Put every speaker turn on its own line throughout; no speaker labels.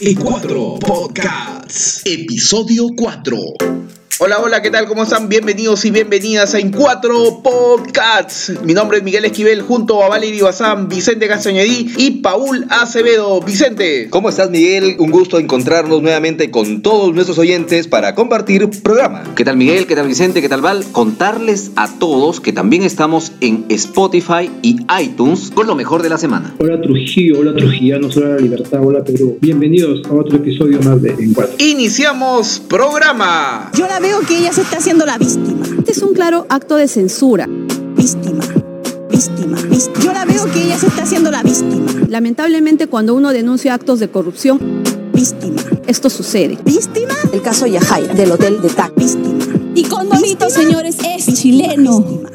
y 4 Podcasts, episodio 4.
Hola, hola, ¿qué tal? ¿Cómo están? Bienvenidos y bienvenidas a En 4 Podcasts. Mi nombre es Miguel Esquivel, junto a Valerie Bazán, Vicente Castañedí y Paul Acevedo. Vicente.
¿Cómo estás, Miguel? Un gusto encontrarnos nuevamente con todos nuestros oyentes para compartir programa.
¿Qué tal Miguel? ¿Qué tal Vicente? ¿Qué tal Val? Contarles a todos que también estamos en Spotify y iTunes con lo mejor de la semana.
Hola Trujillo, hola Trujillanos, hola Libertad, hola Perú. Bienvenidos a otro episodio más de En Cuatro.
Iniciamos programa.
Yo la veo que ella se está haciendo la víctima. Este es un claro acto de censura. Víctima. Víctima. víctima. Yo la veo que ella se está haciendo la víctima. Lamentablemente cuando uno denuncia actos de corrupción, víctima. Esto sucede. ¿Víctima?
El caso Yajaira del hotel de TAC.
Víctima.
Y Condorito,
Víctima.
señores, es chileno.
Víctima.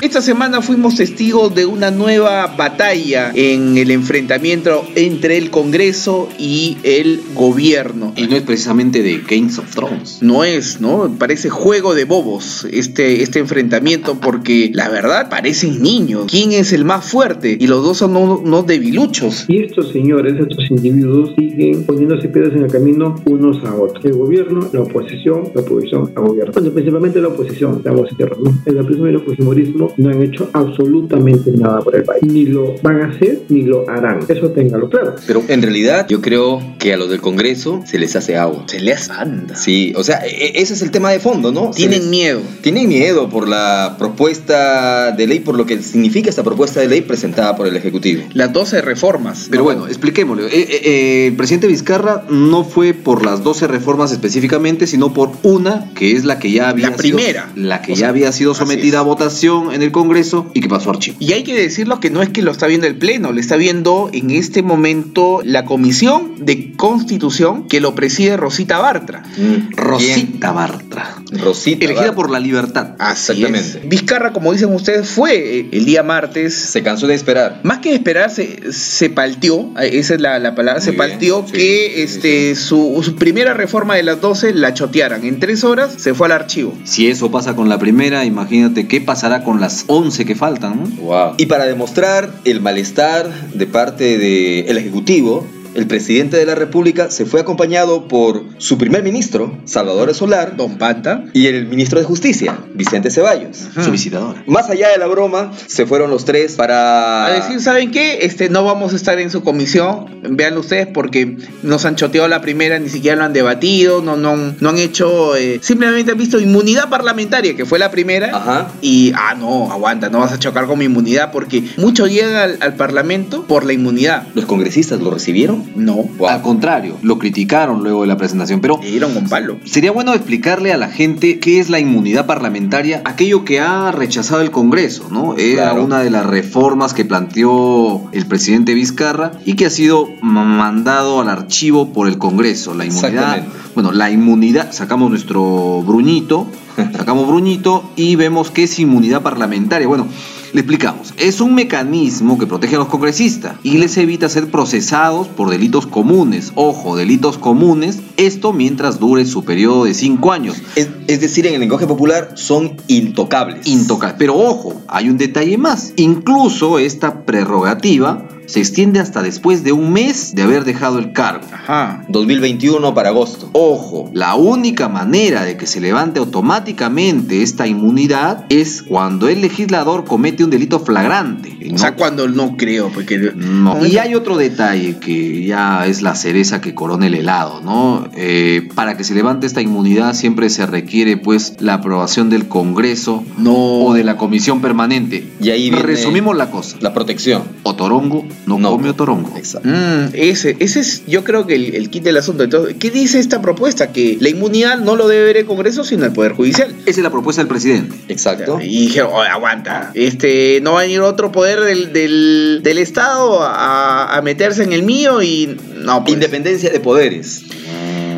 Esta semana fuimos testigos de una nueva batalla en el enfrentamiento entre el Congreso y el gobierno.
Y no es precisamente de Games of Thrones.
No es, ¿no? Parece juego de bobos este, este enfrentamiento porque la verdad parecen niños. ¿Quién es el más fuerte? Y los dos son unos, unos debiluchos.
Y estos señores, estos individuos siguen poniéndose piedras en el camino unos a otros. El gobierno, la oposición, la oposición al gobierno. Bueno, principalmente la oposición, estamos en tierra, ¿no? El aprismo y el fujimorismo no han hecho absolutamente nada por el país. Ni lo van a hacer, ni lo harán. Eso téngalo claro.
Pero en realidad yo creo que a los del Congreso se les hace agua.
Se les anda.
Sí, o sea, e- ese es el tema de fondo, ¿no? Se
Tienen
les-
miedo.
Tienen miedo por la propuesta de ley, por lo que significa esta propuesta de ley presentada por el Ejecutivo.
Las 12 reformas.
Pero bueno, expliquémoslo. Eh, eh, eh, el presidente Vizcarra no fue por las 12 reformas específicamente, sino por una, que es la que ya había
La primera.
Sido, la que
O
ya
sea,
había sido
así
sometida
es.
a votación en el Congreso y que pasó a archivo.
Y hay que decirlo que no es que lo está viendo el Pleno, lo está viendo en este momento la Comisión de Constitución que lo preside Rosita Bartra.
Rosita.
Mm, Rosita Bartra.
Rosita.
Elegida
Bartra.
por la libertad.
Así
Exactamente.
es. Vizcarra, como dicen ustedes, fue eh, el día martes
Se cansó de esperar.
Más que esperar, se, se palteó, eh, esa es la, la palabra,
Muy
se
bien,
palteó
sí,
que
sí,
este, Su, su primera reforma de las 12 la chotearan. En tres horas se fue al archivo.
Si eso pasa con la primera, imagínate qué pasará con las 11 que faltan. ¿no?
Wow. Y para demostrar el malestar de parte del Ejecutivo, el presidente de la República se fue acompañado por su primer ministro, Salvador Solar,
Don Panta.
y el ministro de Justicia, Vicente Ceballos.
Su visitadora.
Más allá de la broma, se fueron los tres para...
A decir, ¿saben qué? Este, no vamos a estar en su comisión, véanlo ustedes, porque nos han choteado la primera, ni siquiera lo han debatido, no, no, han- no han hecho, eh, simplemente han visto inmunidad parlamentaria, que fue la primera,
Ajá.
y, ah, no, aguanta, no vas a chocar con mi inmunidad, porque muchos llegan al, al Parlamento por la inmunidad.
¿Los congresistas lo recibieron?
No,
Wow.
Al contrario, lo criticaron luego de la presentación, pero
le dieron un palo.
sería bueno explicarle a la gente qué es la inmunidad parlamentaria, aquello que ha rechazado el Congreso, ¿no? Era
Claro.
una de las reformas que planteó el presidente Vizcarra y que ha sido mandado al archivo por el Congreso, la inmunidad.
Exactamente.
Bueno, la inmunidad, sacamos nuestro bruñito, sacamos bruñito y vemos que es inmunidad parlamentaria. Bueno, le explicamos, es un mecanismo que protege a los congresistas y les evita ser procesados por delitos comunes. Ojo, delitos comunes, esto mientras dure su periodo de cinco años.
Es, es decir, en el lenguaje popular, son intocables.
Intocable. Pero ojo, hay un detalle más. Incluso esta prerrogativa se extiende hasta después de un mes de haber dejado el cargo.
Ajá.
2021 para agosto.
Ojo, la única manera de que se levante automáticamente esta inmunidad es cuando el legislador comete un delito flagrante.
O
No-
sea, cuando no creo, porque...
no. Y hay otro detalle que ya es la cereza que corona el helado, ¿no? Eh, para que se levante esta inmunidad siempre se requiere pues la aprobación del Congreso
No.
o de la Comisión Permanente.
Y ahí viene
Resumimos la cosa.
la protección.
Otorongo no,
No.
come otorongo.
Exacto.
Mm, ese, ese es, yo creo que el, el kit del asunto. Entonces, ¿qué dice esta propuesta? Que la inmunidad no lo debe ver el Congreso, sino el Poder Judicial.
Esa es la propuesta del presidente.
Exacto.
Y dijeron, "Oye, aguanta, este, no va a venir otro poder del, del, del Estado a, a meterse en el mío y... No, pues,
Independencia de poderes.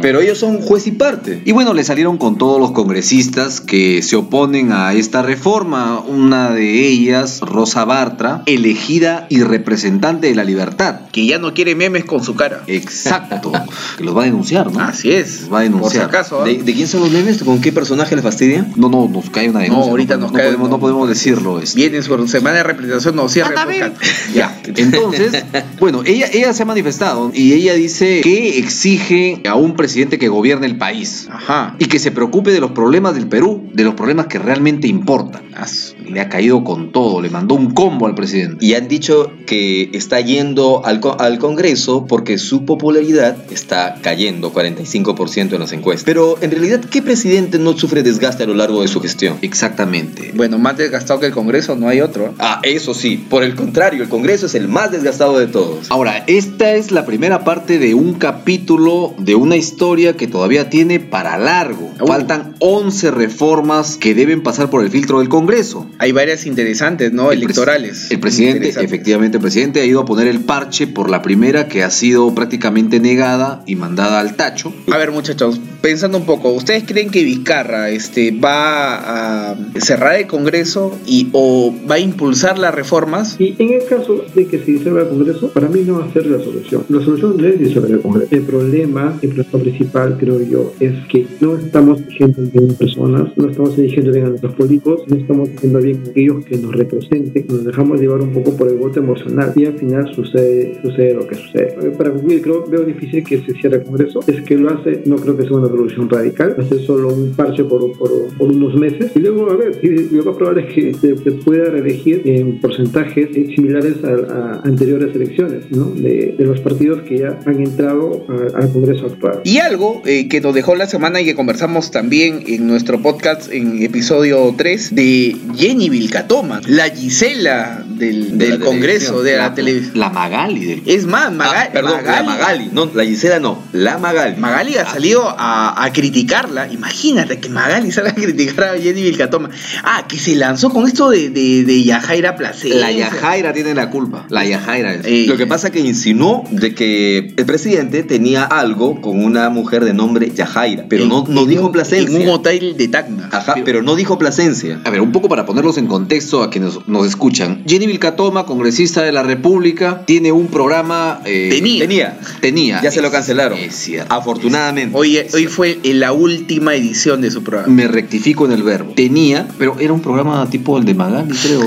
Pero ellos son juez y parte.
Y bueno, le salieron con todos los congresistas que se oponen a esta reforma. Una de ellas, Rosa Bartra, elegida y representante de la libertad.
Que ya no quiere memes con su cara.
Exacto. que los va a denunciar, Eh, ¿no?
Así es.
Los va a
Por si
denunciar.
acaso. ¿ah?
¿De, de quién son los memes? ¿Con qué personaje les fastidia?
No, no, nos cae una denuncia.
ahorita nos cae-
Podemos,
no.
no podemos decirlo. este.
Viene su semana de representación, no cierra el podcast.
Ya, entonces, bueno, ella, ella se ha manifestado y ella dice que exige a un presidente que gobierne el país
Ajá.
y que se preocupe de los problemas del Perú, de los problemas que realmente importan.
As-
Le ha caído con todo, le mandó un combo al presidente.
Y han dicho que está yendo al, co- al Congreso porque su popularidad está cayendo 45% en las encuestas. Pero en realidad, ¿qué presidente no sufre desgaste a lo largo de su gestión?
Exactamente.
Bueno, más desgastado que el Congreso, no hay otro. ¿ah?
Ah, eso sí, por el contrario, el Congreso es el más desgastado de todos.
Ahora, esta es la primera parte de un capítulo de una historia que todavía tiene para largo.
Uh.
Faltan 11 reformas que deben pasar por el filtro del Congreso.
Hay varias interesantes,
Oh,
¿no?
pres-
Electorales.
El presidente,
Interesantes.
efectivamente, el presidente ha ido a poner el parche por la primera que ha sido prácticamente negada y mandada al tacho.
A ver, muchachos, pensando un poco, ¿ustedes creen que Vizcarra este, va a cerrar el Congreso y o va a impulsar las reformas?
Y en el caso de que se disuelva el Congreso, para mí no va a ser la solución. La solución no es disolver el Congreso. El problema, el problema principal, creo yo, es que no estamos eligiendo bien a personas, no estamos eligiendo bien a nuestros políticos, no estamos eligiendo bien a aquellos que nos representen, nos dejamos llevar un poco por el voto emocional y al final sucede, sucede lo que sucede. Eh, Para concluir, creo, veo difícil que se cierre el Congreso. Es que lo hace, no creo que sea una solución radical, va a ser solo un parche por, por, por unos meses y luego, a ver, y lo más probable es que se, se pueda reelegir en porcentajes eh, similares a, a anteriores elecciones, ¿no? De, de los partidos que ya han entrado a- al Congreso actual.
Y algo eh, que nos dejó la semana y que conversamos también en nuestro podcast en episodio 3 de Jenny Vilcatoma, la Gisela del,
De la
del Congreso,
televisión,
de la televisión.
La Magali del...
Es más, Maga-
Ah, perdón, la
Magali,
Magali, no, la Gisela no, la Magali.
Magali ha salido a, a criticarla. Imagínate que Magali salga a criticar a Jenny Vilcatoma. Ah, que se lanzó con esto de, de, de Yajaira Placencia.
La Yajaira tiene la culpa. La Yajaira es...
Eh,
Lo que pasa que insinuó de que el presidente tenía algo con una mujer de nombre Yajaira, pero no, no dijo
En un
Plasencia.
hotel de Tacna.
Ajá, pero no dijo Plasencia.
A ver, un poco para ponerlos en contexto a quienes nos escuchan. Jenny Vilcatoma, congresista de la República, tiene un programa... eh,
Tenía.
Tenía.
Tenía.
Ya se lo
Es-
cancelaron.
Es cierto.
Afortunadamente.
Hoy, hoy fue en la última edición de su programa.
Ah, Me rectifico en el verbo. Tenía, pero era un programa tipo el de Magali, creo.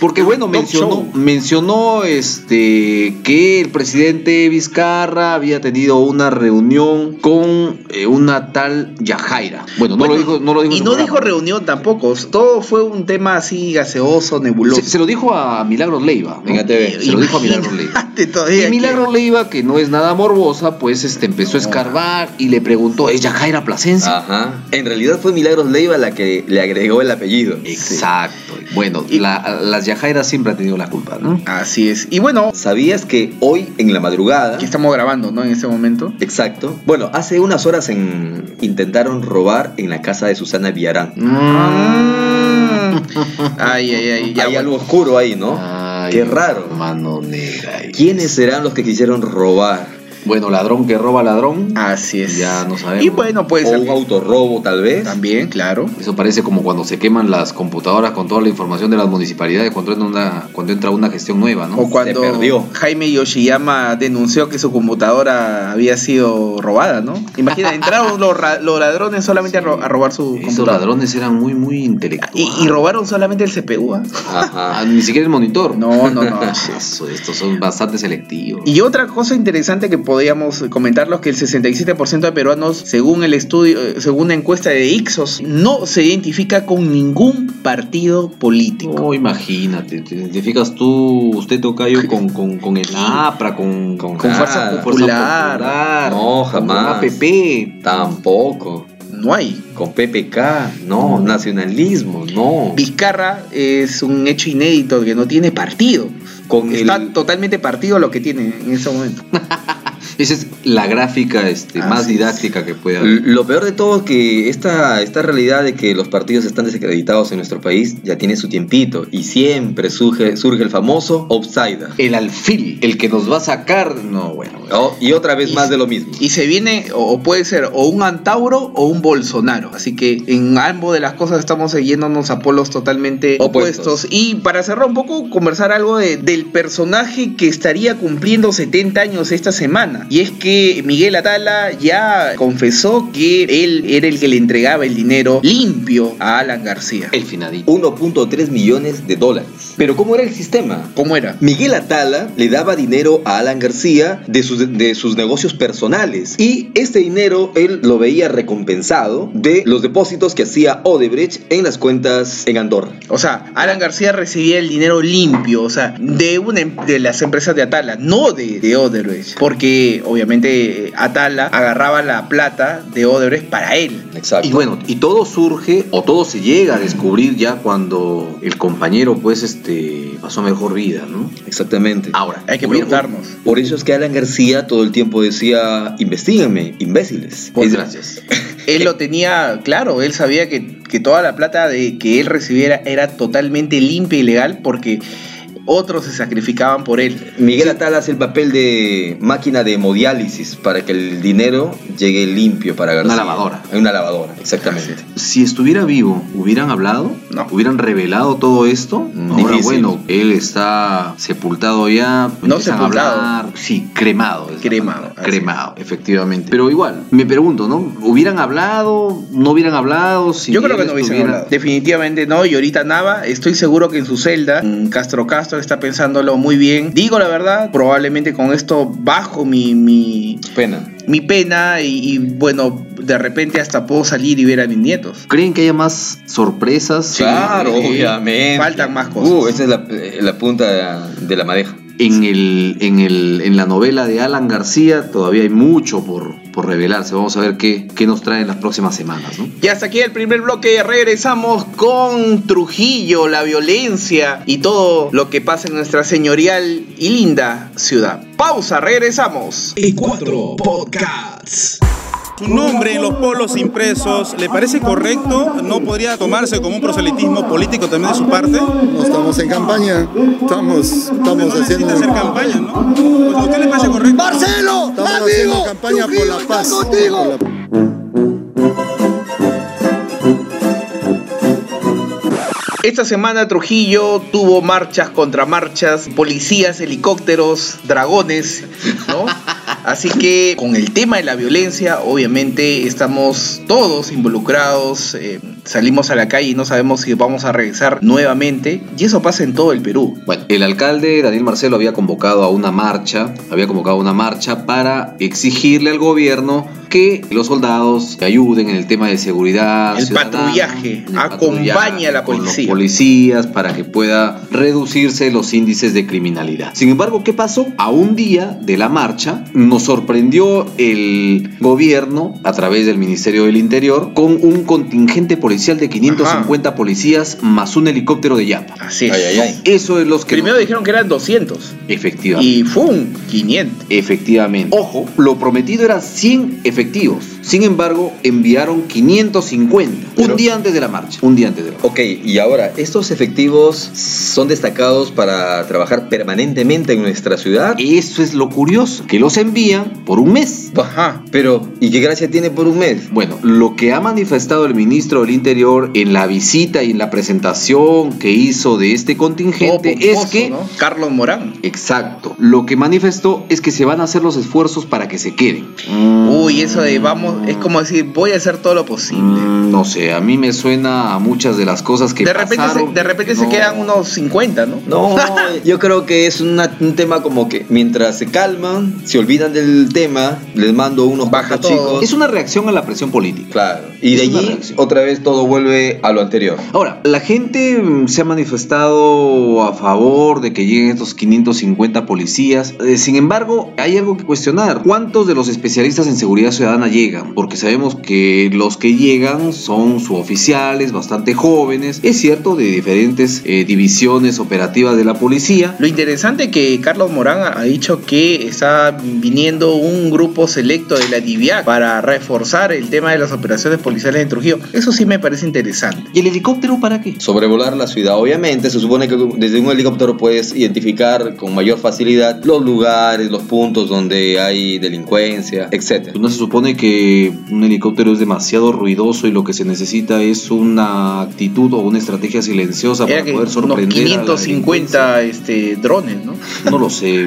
Porque bueno,
Talk
mencionó,
show.
mencionó este que el presidente Vizcarra había tenido una reunión con eh, una tal Yajaira. Bueno, no
Bueno,
lo dijo, no lo dijo.
Y
en
no
el
dijo
programa.
reunión tampoco. Todo fue un tema así gaseoso, nebuloso.
Se, se lo dijo a Milagros Leiva. ¿no?
En ATV.
Se lo dijo a Milagros Leiva.
Imagínate todavía
Y Milagros Leiva, que no es nada morbosa, pues este empezó a escarbar y le preguntó, ¿es Yajaira
Ah,
Plasencia?
Ajá. En realidad fue Milagros Leiva la que le agregó el apellido.
Exacto. Bueno,
Y-
la- las Yajairas siempre han tenido la culpa, ¿no?
que- Así es. Y bueno,
¿Sabías que hoy en la madrugada
que estamos grabando, ¿no? En este momento.
Exacto. Bueno, hace unas horas en- intentaron robar en la casa de Susana Villarán.
Mm.
Mm. Ay, ay, ay. ya,
Hay
bueno.
algo oscuro ahí, ¿no?
Ay,
Qué raro.
Mano negra.
¿Quiénes serán los que quisieron robar?
Bueno, ladrón que roba ladrón.
Así es.
Ya no sabemos.
Y bueno, pues.
¿O un autorrobo, tal vez?
También, claro.
Eso parece como cuando se queman las computadoras con toda la información de las municipalidades cuando entra una, cuando entra una gestión nueva, ¿no?
O cuando
perdió.
Jaime Yoshiyama denunció que su computadora había sido robada, ¿no? Imagina, entraron los, ra- los ladrones solamente a, ro- a robar su
Esos
computadora. Ah,
ladrones eran muy, muy
Y,
intelectuales.
y robaron solamente el CPU. ¿ah?
Ah,
Ajá.
ni siquiera el monitor.
No, no, no.
Eso, estos son bastante selectivos.
Y otra cosa interesante que podíamos comentarlos que el 67% de peruanos, según el estudio, eh, según la encuesta de Ixos, no se identifica con ningún partido político.
No, imagínate, te identificas tú, usted tocayo con, con, con el APRA, con, con,
Con Fuerza
nada,
Popular.
Popular,
No, jamás.
Con APP.
Tampoco.
Oh.
No hay.
Con PPK, no. Nacionalismo, no.
Vizcarra es un hecho inédito que no tiene partido.
Con
Está
el-
totalmente partido lo que tiene en este momento.
Esa es la gráfica este,
Así
más
es.
didáctica que puede haber.
Lo peor de todo es que esta, esta realidad de que los partidos están desacreditados en nuestro país ya tiene su tiempito y siempre surge, surge el famoso outsider.
El alfil, el que nos va a sacar. No, bueno.
Oh, y otra vez más de lo mismo.
Y se viene, o, o puede ser, o un Antauro o un Bolsonaro. Así que en ambos de las cosas estamos yéndonos a polos totalmente
Opuestos.
opuestos. Y para cerrar un poco, conversar algo de- del personaje que estaría cumpliendo 70 años esta semana. Y es que Miguel Atala ya confesó que él era el que le entregaba el dinero limpio a Alan García.
Eh.
El finadito.
1.3 millones de dólares. Pero ¿cómo era el sistema?
¿Cómo era?
Miguel Atala le daba dinero a Alan García de sus, de sus negocios personales y este dinero él lo veía recompensado de los depósitos que hacía Odebrecht en las cuentas en Andorra.
O sea, Alan García recibía el dinero limpio, o sea, de una em- de las empresas de Atala, no de, de Odebrecht. Porque obviamente eh, Atala agarraba la plata de Odebrecht para él.
Exacto.
Y bueno, y todo surge o todo se llega a descubrir ya cuando el compañero, pues, este, pasó mejor vida, ¿no?
Exactamente.
Ahora,
Hay que
hubiera-
preguntarnos.
Por eso es que Alan García todo el tiempo decía, investigame, imbéciles.
Pues,
Es-
gracias.
Él lo tenía claro, él sabía que, que toda la plata de que él recibiera era totalmente limpia y legal porque otros se sacrificaban por él.
Miguel Atala hace el papel de máquina de hemodiálisis para que el dinero llegue limpio para García.
lavadora.
Una lavadora, exactamente.
Si estuviera vivo, ¿hubieran hablado?
No.
¿Hubieran revelado todo esto? Ahora,
difícil.
bueno, él está sepultado ya.
No
empiezan a
sepultado.
hablar. Sí, cremado. es la
Cremado,
palabra.
así.
Cremado, efectivamente. Pero igual, me pregunto, ¿no? ¿Hubieran hablado? ¿No hubieran hablado? Si
Yo creo
él
que no hubiesen
estuviera-
hablado. Definitivamente no. Y ahorita Nava, estoy seguro que en su celda, mm, Castro Castro está pensándolo muy bien. Digo la verdad, probablemente con esto bajo mi, mi,
Pena.
mi pena y, y, bueno, de repente hasta puedo salir y ver a mis nietos.
¿Creen que haya más sorpresas?
claro,
sí.
obviamente.
Faltan más cosas.
Uh, esa es la, eh, la punta de la madeja.
En, el, en, el, en la novela de Alan García todavía hay mucho por, por revelarse. Vamos a ver qué, qué nos traen las próximas semanas. ¿no?
Y hasta aquí el primer bloque. Regresamos con Trujillo, la violencia y todo lo que pasa en nuestra señorial y linda ciudad. Pausa, regresamos.
E4 Podcasts.
Su nombre en los polos impresos, ¿le parece correcto? ¿No podría tomarse como un proselitismo político también de su parte?
No estamos en campaña, estamos, estamos
No
haciendo.
necesita hacer campaña, ¿no? Pues, ¿A usted le parece correcto?
Estamos haciendo campaña por la paz. por la-
Esta semana Trujillo tuvo marchas, contramarchas, policías, helicópteros, dragones, ¿no? Así que con el tema de la violencia, obviamente estamos todos involucrados, eh, salimos a la calle y no sabemos si vamos a regresar nuevamente. Y eso pasa en todo el Perú.
Bueno, el alcalde Daniel Marcelo había convocado a una marcha, había convocado una marcha para exigirle al gobierno que los soldados ayuden en el tema de seguridad.
El
ciudadana,
patrullaje,
en el
acompaña
patrullaje
a la
con los
policía.
policías para que pueda reducirse los índices de criminalidad. Sin embargo, ¿qué pasó? A un día de la marcha nos sorprendió el gobierno a través del Ministerio del Interior con un contingente policial de 550 policías más un helicóptero de Yapa.
Así es.
Ay, ay, ay.
Eso es los que
Primero dijeron que eran 200
Efectivamente.
y ¡fum! 500.
Efectivamente. Ojo, lo prometido era 100 efectivos. Sin embargo, enviaron 550.
Pero-
un día antes de la marcha. Un día antes de la marcha.
Ok, y ahora, ¿estos efectivos son destacados para trabajar permanentemente en nuestra ciudad?
Eso es lo curioso, que los envían por un mes.
Ajá.
Pero, ¿y qué gracia tiene por un mes?
Bueno, lo que ha manifestado el ministro del Interior en la visita y en la presentación que hizo de este
Todo
contingente es
pomposo,
que
¿no? Carlos Morán.
Exacto. Lo que manifestó es que se van a hacer los esfuerzos para que se queden.
Uy, eso de vamos, es como decir, voy a hacer todo lo posible.
Mm, No sé, a mí me suena a muchas de las cosas que
de repente, se,
pasaron,
de repente
que
se
no-
quedan unos 50, ¿no?
No, yo creo que es una- un tema como que mientras se calman, se olvidan del tema, les mando unos
Baja
cuantos
todo.
chicos.
Es una reacción a la presión política.
Claro. Y de
Es una
allí
reacción.
otra vez todo vuelve a lo anterior.
Ahora, la gente mm, se ha manifestado a favor de que lleguen estos 550 policías. Eh, sin embargo, hay algo que cuestionar. ¿Cuántos de los especialistas en seguridad ciudadana llegan? llegan, porque sabemos que los que llegan son suboficiales, bastante jóvenes, es cierto, de diferentes eh, divisiones operativas de la policía.
Lo interesante que Carlos Morán ha- ha dicho que está viniendo un grupo selecto de la DIVIAC para reforzar el tema de las operaciones policiales en Trujillo. Eso sí me parece interesante.
¿Y el helicóptero para qué?
Sobrevolar la ciudad, obviamente, se supone que desde un helicóptero puedes identificar con mayor facilidad los lugares, los puntos donde hay delincuencia, etc.
¿No se supone que un helicóptero es demasiado ruidoso y lo que se necesita es una actitud o una estrategia silenciosa
Era
para
que
poder
unos
sorprender? a la delincuencia?
550 este, drones, ¿no?
No lo sé.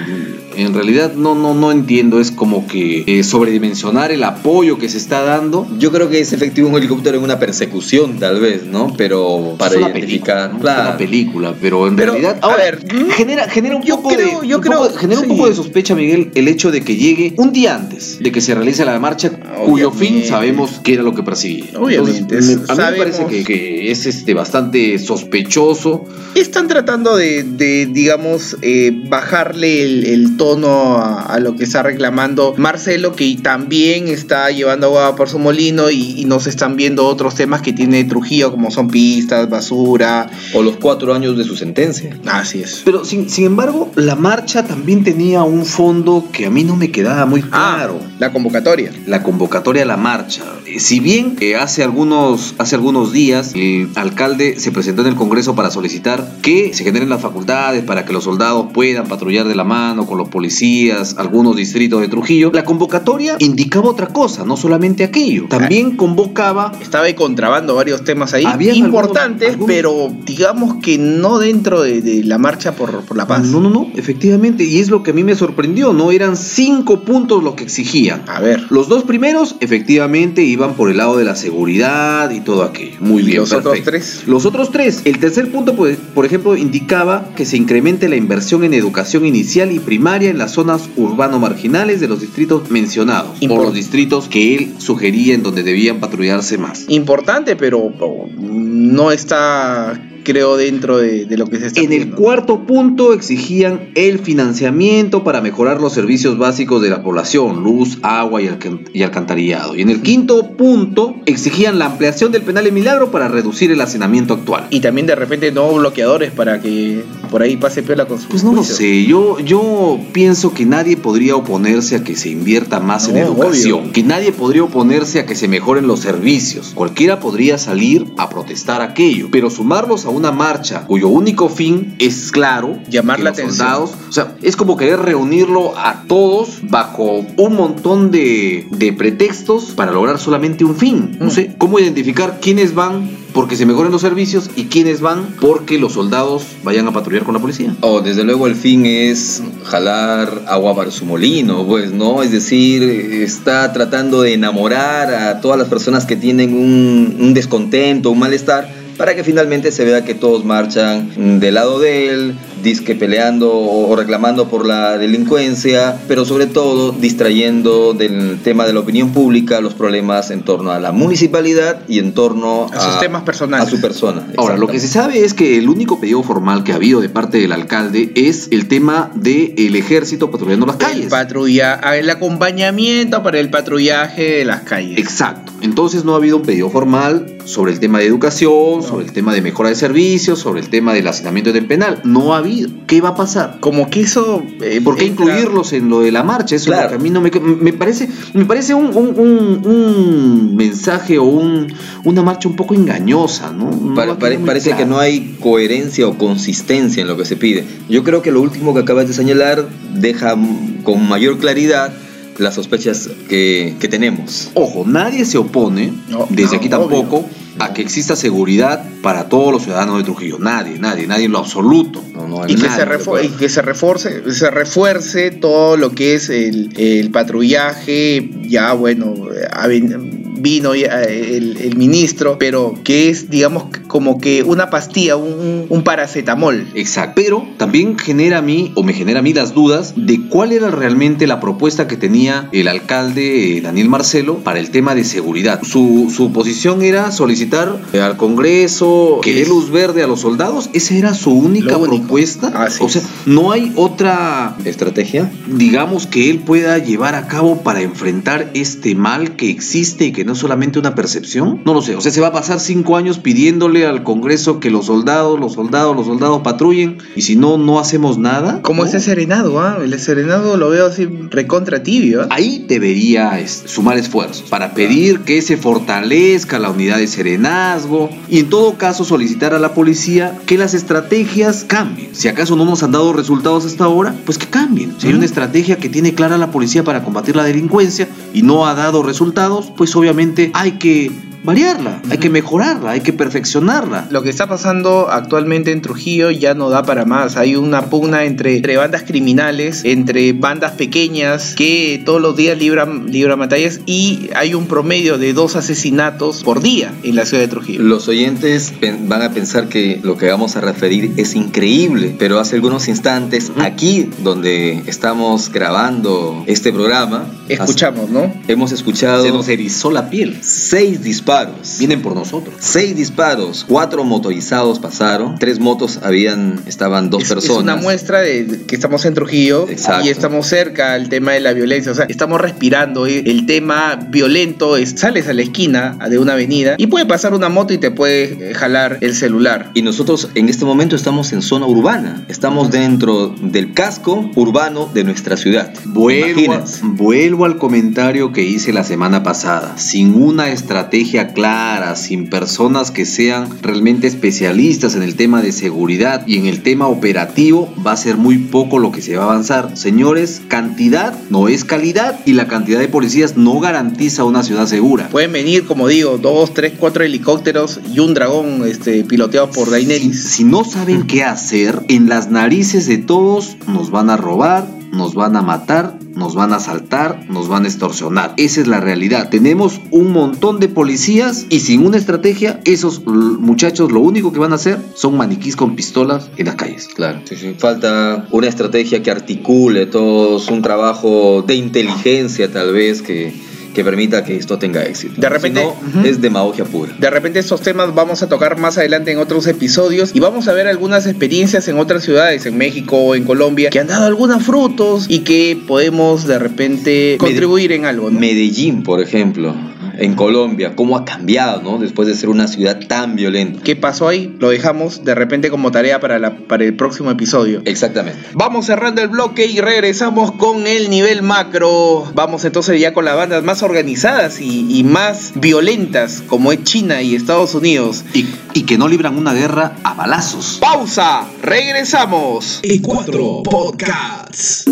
En realidad no, no, no entiendo. Es como que eh, sobredimensionar el apoyo que se está dando.
Yo creo que es efectivo un helicóptero en una persecución, tal vez, ¿no? Pero para
es una
identificar.
película, ¿no?
Claro.
Es una película, pero en
Pero,
realidad.
a
Ahora,
ver, mm,
genera, genera un
yo
poco
creo-
de.
yo
un
creo-
poco- genera
sí.
un poco de sospecha, Miguel, el hecho de que llegue un día antes de que se realice la marcha, cuyo fin
Obviamente.
sabemos que era lo que perseguía.
Obviamente,
Entonces, me- a mí me
sabemos.
parece que, que es este bastante sospechoso.
Están tratando de, de, digamos, eh, bajarle el, el tono a, a lo que está reclamando Marcelo, que también está llevando agua por su molino y, y nos están viendo otros temas que tiene Trujillo, como son pistas, basura.
O los cuatro años de su sentencia.
Así es.
Pero sin, sin embargo, la marcha también tenía un fondo que a mí no me quedaba muy claro.
la convocatoria.
la convocatoria a la marcha. Eh, Si bien eh, hace, algunos, hace algunos días el alcalde se presentó en el Congreso para solicitar que se generen las facultades para que los soldados puedan patrullar de la mano con los policías, algunos distritos de Trujillo, la convocatoria indicaba otra cosa, no solamente aquello. También convocaba
Estaba de contrabando varios temas ahí
Habían
importantes,
algunos-
pero digamos que no dentro de, de la marcha por, por la paz.
No, no, no, efectivamente, y es lo que a mí me sorprendió, ¿no? Eran cinco puntos los que exigían.
A ver.
Los dos primeros, efectivamente, iban por el lado de la seguridad y todo aquello. Muy
¿Y
bien,
los otros
perfecto.
tres?
Los otros tres. El tercer punto, pues, por ejemplo, indicaba que se incremente la inversión en educación inicial y primaria en las zonas urbano-marginales de los distritos mencionados.
Impor-
Por los distritos que él sugería en donde debían patrullarse más.
Importante, pero oh, no está, creo, dentro de, de lo que se está
En el
pidiendo.
cuarto punto exigían el financiamiento para mejorar los servicios básicos de la población, luz, agua y, alcan- y alcantarillado. Y en el quinto punto exigían la ampliación del penal de Milagro para reducir el hacinamiento actual.
Y también de repente no bloqueadores para que por ahí pase piola con sus
Pues no lo
juicios.
sé, yo, yo pienso que nadie podría oponerse a que se invierta más en
No,
educación,
obvio.
que nadie podría oponerse a que se mejoren los servicios. Cualquiera podría salir a protestar aquello, pero sumarlos a una marcha cuyo único fin es claro,
Llamar
que
la
los
atención.
soldados, o sea, es como querer reunirlo a todos bajo un montón de, de pretextos para lograr solamente un fin. No
Mm.
sé, ¿cómo identificar quiénes van porque se mejoren los servicios y quiénes van porque los soldados vayan a patrullar con la policía?
O desde luego el fin es jalar agua para su molino, pues, ¿no? Es decir, está tratando de enamorar a todas las personas que tienen un, un descontento, un malestar, para que finalmente se vea que todos marchan mm, del lado de él, disque peleando o o reclamando por la delincuencia, pero sobre todo distrayendo del tema de la opinión pública los problemas en torno a la municipalidad y en torno
A sus temas personales.
A su persona.
Ahora, lo que se sabe es que el único pedido formal que ha habido de parte del alcalde es el tema del ejército patrullando las
El,
calles.
patrulla, el acompañamiento para el patrullaje de las calles.
Exacto. Entonces no ha habido un pedido formal sobre el tema de educación, sobre el tema de mejora de servicios, sobre el tema del hacinamiento del penal. No ha habido. ¿Qué va a pasar?
Como que eso... eh,
¿Por qué
entra-
incluirlos en lo de la marcha? Eso
Claro.
es lo que a mí no me, me parece, me parece un, un- un- un mensaje o un, una marcha un poco engañosa, ¿no?
Mm.
No
Pare-
va a
pare-
quedar muy
parece que
claro.
no hay coherencia o consistencia en lo que se pide. Yo creo que lo último que acabas de señalar deja mm, con mayor claridad las sospechas que, que tenemos.
Ojo, nadie se opone,
No,
desde
no,
aquí
obvio.
tampoco, a que exista seguridad para todos los ciudadanos de Trujillo. Nadie, nadie, nadie en lo absoluto.
No, no,
Y que,
Nadie
se
lo
refu-
puede.
y que se reforce, se refuerce todo lo que es el, el patrullaje, ya bueno, ha ven- vino ya eh, el, el ministro, pero que es, digamos, como que una pastilla, un, un paracetamol.
Exacto. Pero también genera a mí, o me genera a mí las dudas de cuál era realmente la propuesta que tenía el alcalde eh, Daniel Marcelo para el tema de seguridad. Su, su posición era solicitar eh, al Congreso que dé luz verde a los soldados. Esa era su única
Lo único.
propuesta.
Así
o sea,
es.
no hay ot- otra,
¿Estrategia?
digamos, que él pueda llevar a cabo para enfrentar este mal que existe y que no es solamente una percepción? No lo sé, o sea, se va a pasar cinco años pidiéndole al Congreso que los soldados, los soldados, los soldados patrullen y si no, no hacemos nada.
Como
¿no?
ese serenado, ¿ah? El serenado lo veo así recontra tibio, ¿ah?
Ahí debería es, sumar esfuerzos para pedir que se fortalezca la unidad de serenazgo y en todo caso solicitar a la policía que las estrategias cambien. Si acaso no nos han dado resultados hasta ahora, pues que cambien. Si hay una estrategia que tiene clara la policía para combatir la delincuencia y no ha dado resultados, pues obviamente hay que variarla, hay que mejorarla, hay que perfeccionarla.
Lo que está pasando actualmente en Trujillo ya no da para más. Hay una pugna entre, entre bandas criminales, entre bandas pequeñas que todos los días libran, libran batallas y hay un promedio de dos asesinatos por día en la ciudad de Trujillo.
Los oyentes pen- van a pensar que lo que vamos a referir es increíble, pero hace algunos instantes, aquí donde estamos grabando este programa,
Escuchamos, ¿no?
has- hemos escuchado
Se nos erizó la piel.
seis disparos.
Vienen por nosotros.
Seis disparos, cuatro motorizados pasaron, tres motos habían, estaban dos
es, es
personas.
una muestra de que estamos en Trujillo
Exacto.
y estamos cerca al tema de la violencia. O sea, estamos respirando eh, el tema violento. es- sales a la esquina de una avenida y puede pasar una moto y te puede eh, jalar el celular.
Y nosotros en este momento estamos en zona urbana, estamos dentro del casco urbano de nuestra ciudad.
Vuelvo, a-
Imaginas.
vuelvo al comentario que hice la semana pasada. Sin una estrategia clara, sin personas que sean realmente especialistas en el tema de seguridad y en el tema operativo, va a ser muy poco lo que se va a avanzar. Señores, cantidad no es calidad y la cantidad de policías no garantiza una ciudad segura.
Pueden venir, como digo, dos, tres, cuatro helicópteros y un dragón este, piloteado por
Si,
Daenerys.
si no saben qué hacer, en las narices de todos nos van a robar, nos van a matar, nos van a asaltar, nos van a extorsionar. Esa es la realidad. Tenemos un montón de policías y sin una estrategia, esos l- muchachos lo único que van a hacer son maniquís con pistolas en las calles.
Claro, sí, sí. falta una estrategia que articule todos, un trabajo de inteligencia tal vez que, que permita que esto tenga éxito.
De repente-
Si no,
Ujú.
es demagogia pura.
De repente estos temas vamos a tocar más adelante en otros episodios y vamos a ver algunas experiencias en otras ciudades, en México, en Colombia, que han dado algunos frutos y que podemos de repente contribuir en algo. ¿no?
Medellín, por ejemplo, en Colombia, cómo ha cambiado, ¿no? Después de ser una ciudad tan violenta.
¿Qué pasó ahí? Lo dejamos de repente como tarea para, la, para el próximo episodio.
Exactamente.
Vamos cerrando el bloque y regresamos con el nivel macro. Vamos entonces ya con las bandas más organizadas y, y más violentas como es China y Estados Unidos.
Y, y que no libran una guerra a balazos.
Pausa, regresamos.
E4 Podcasts.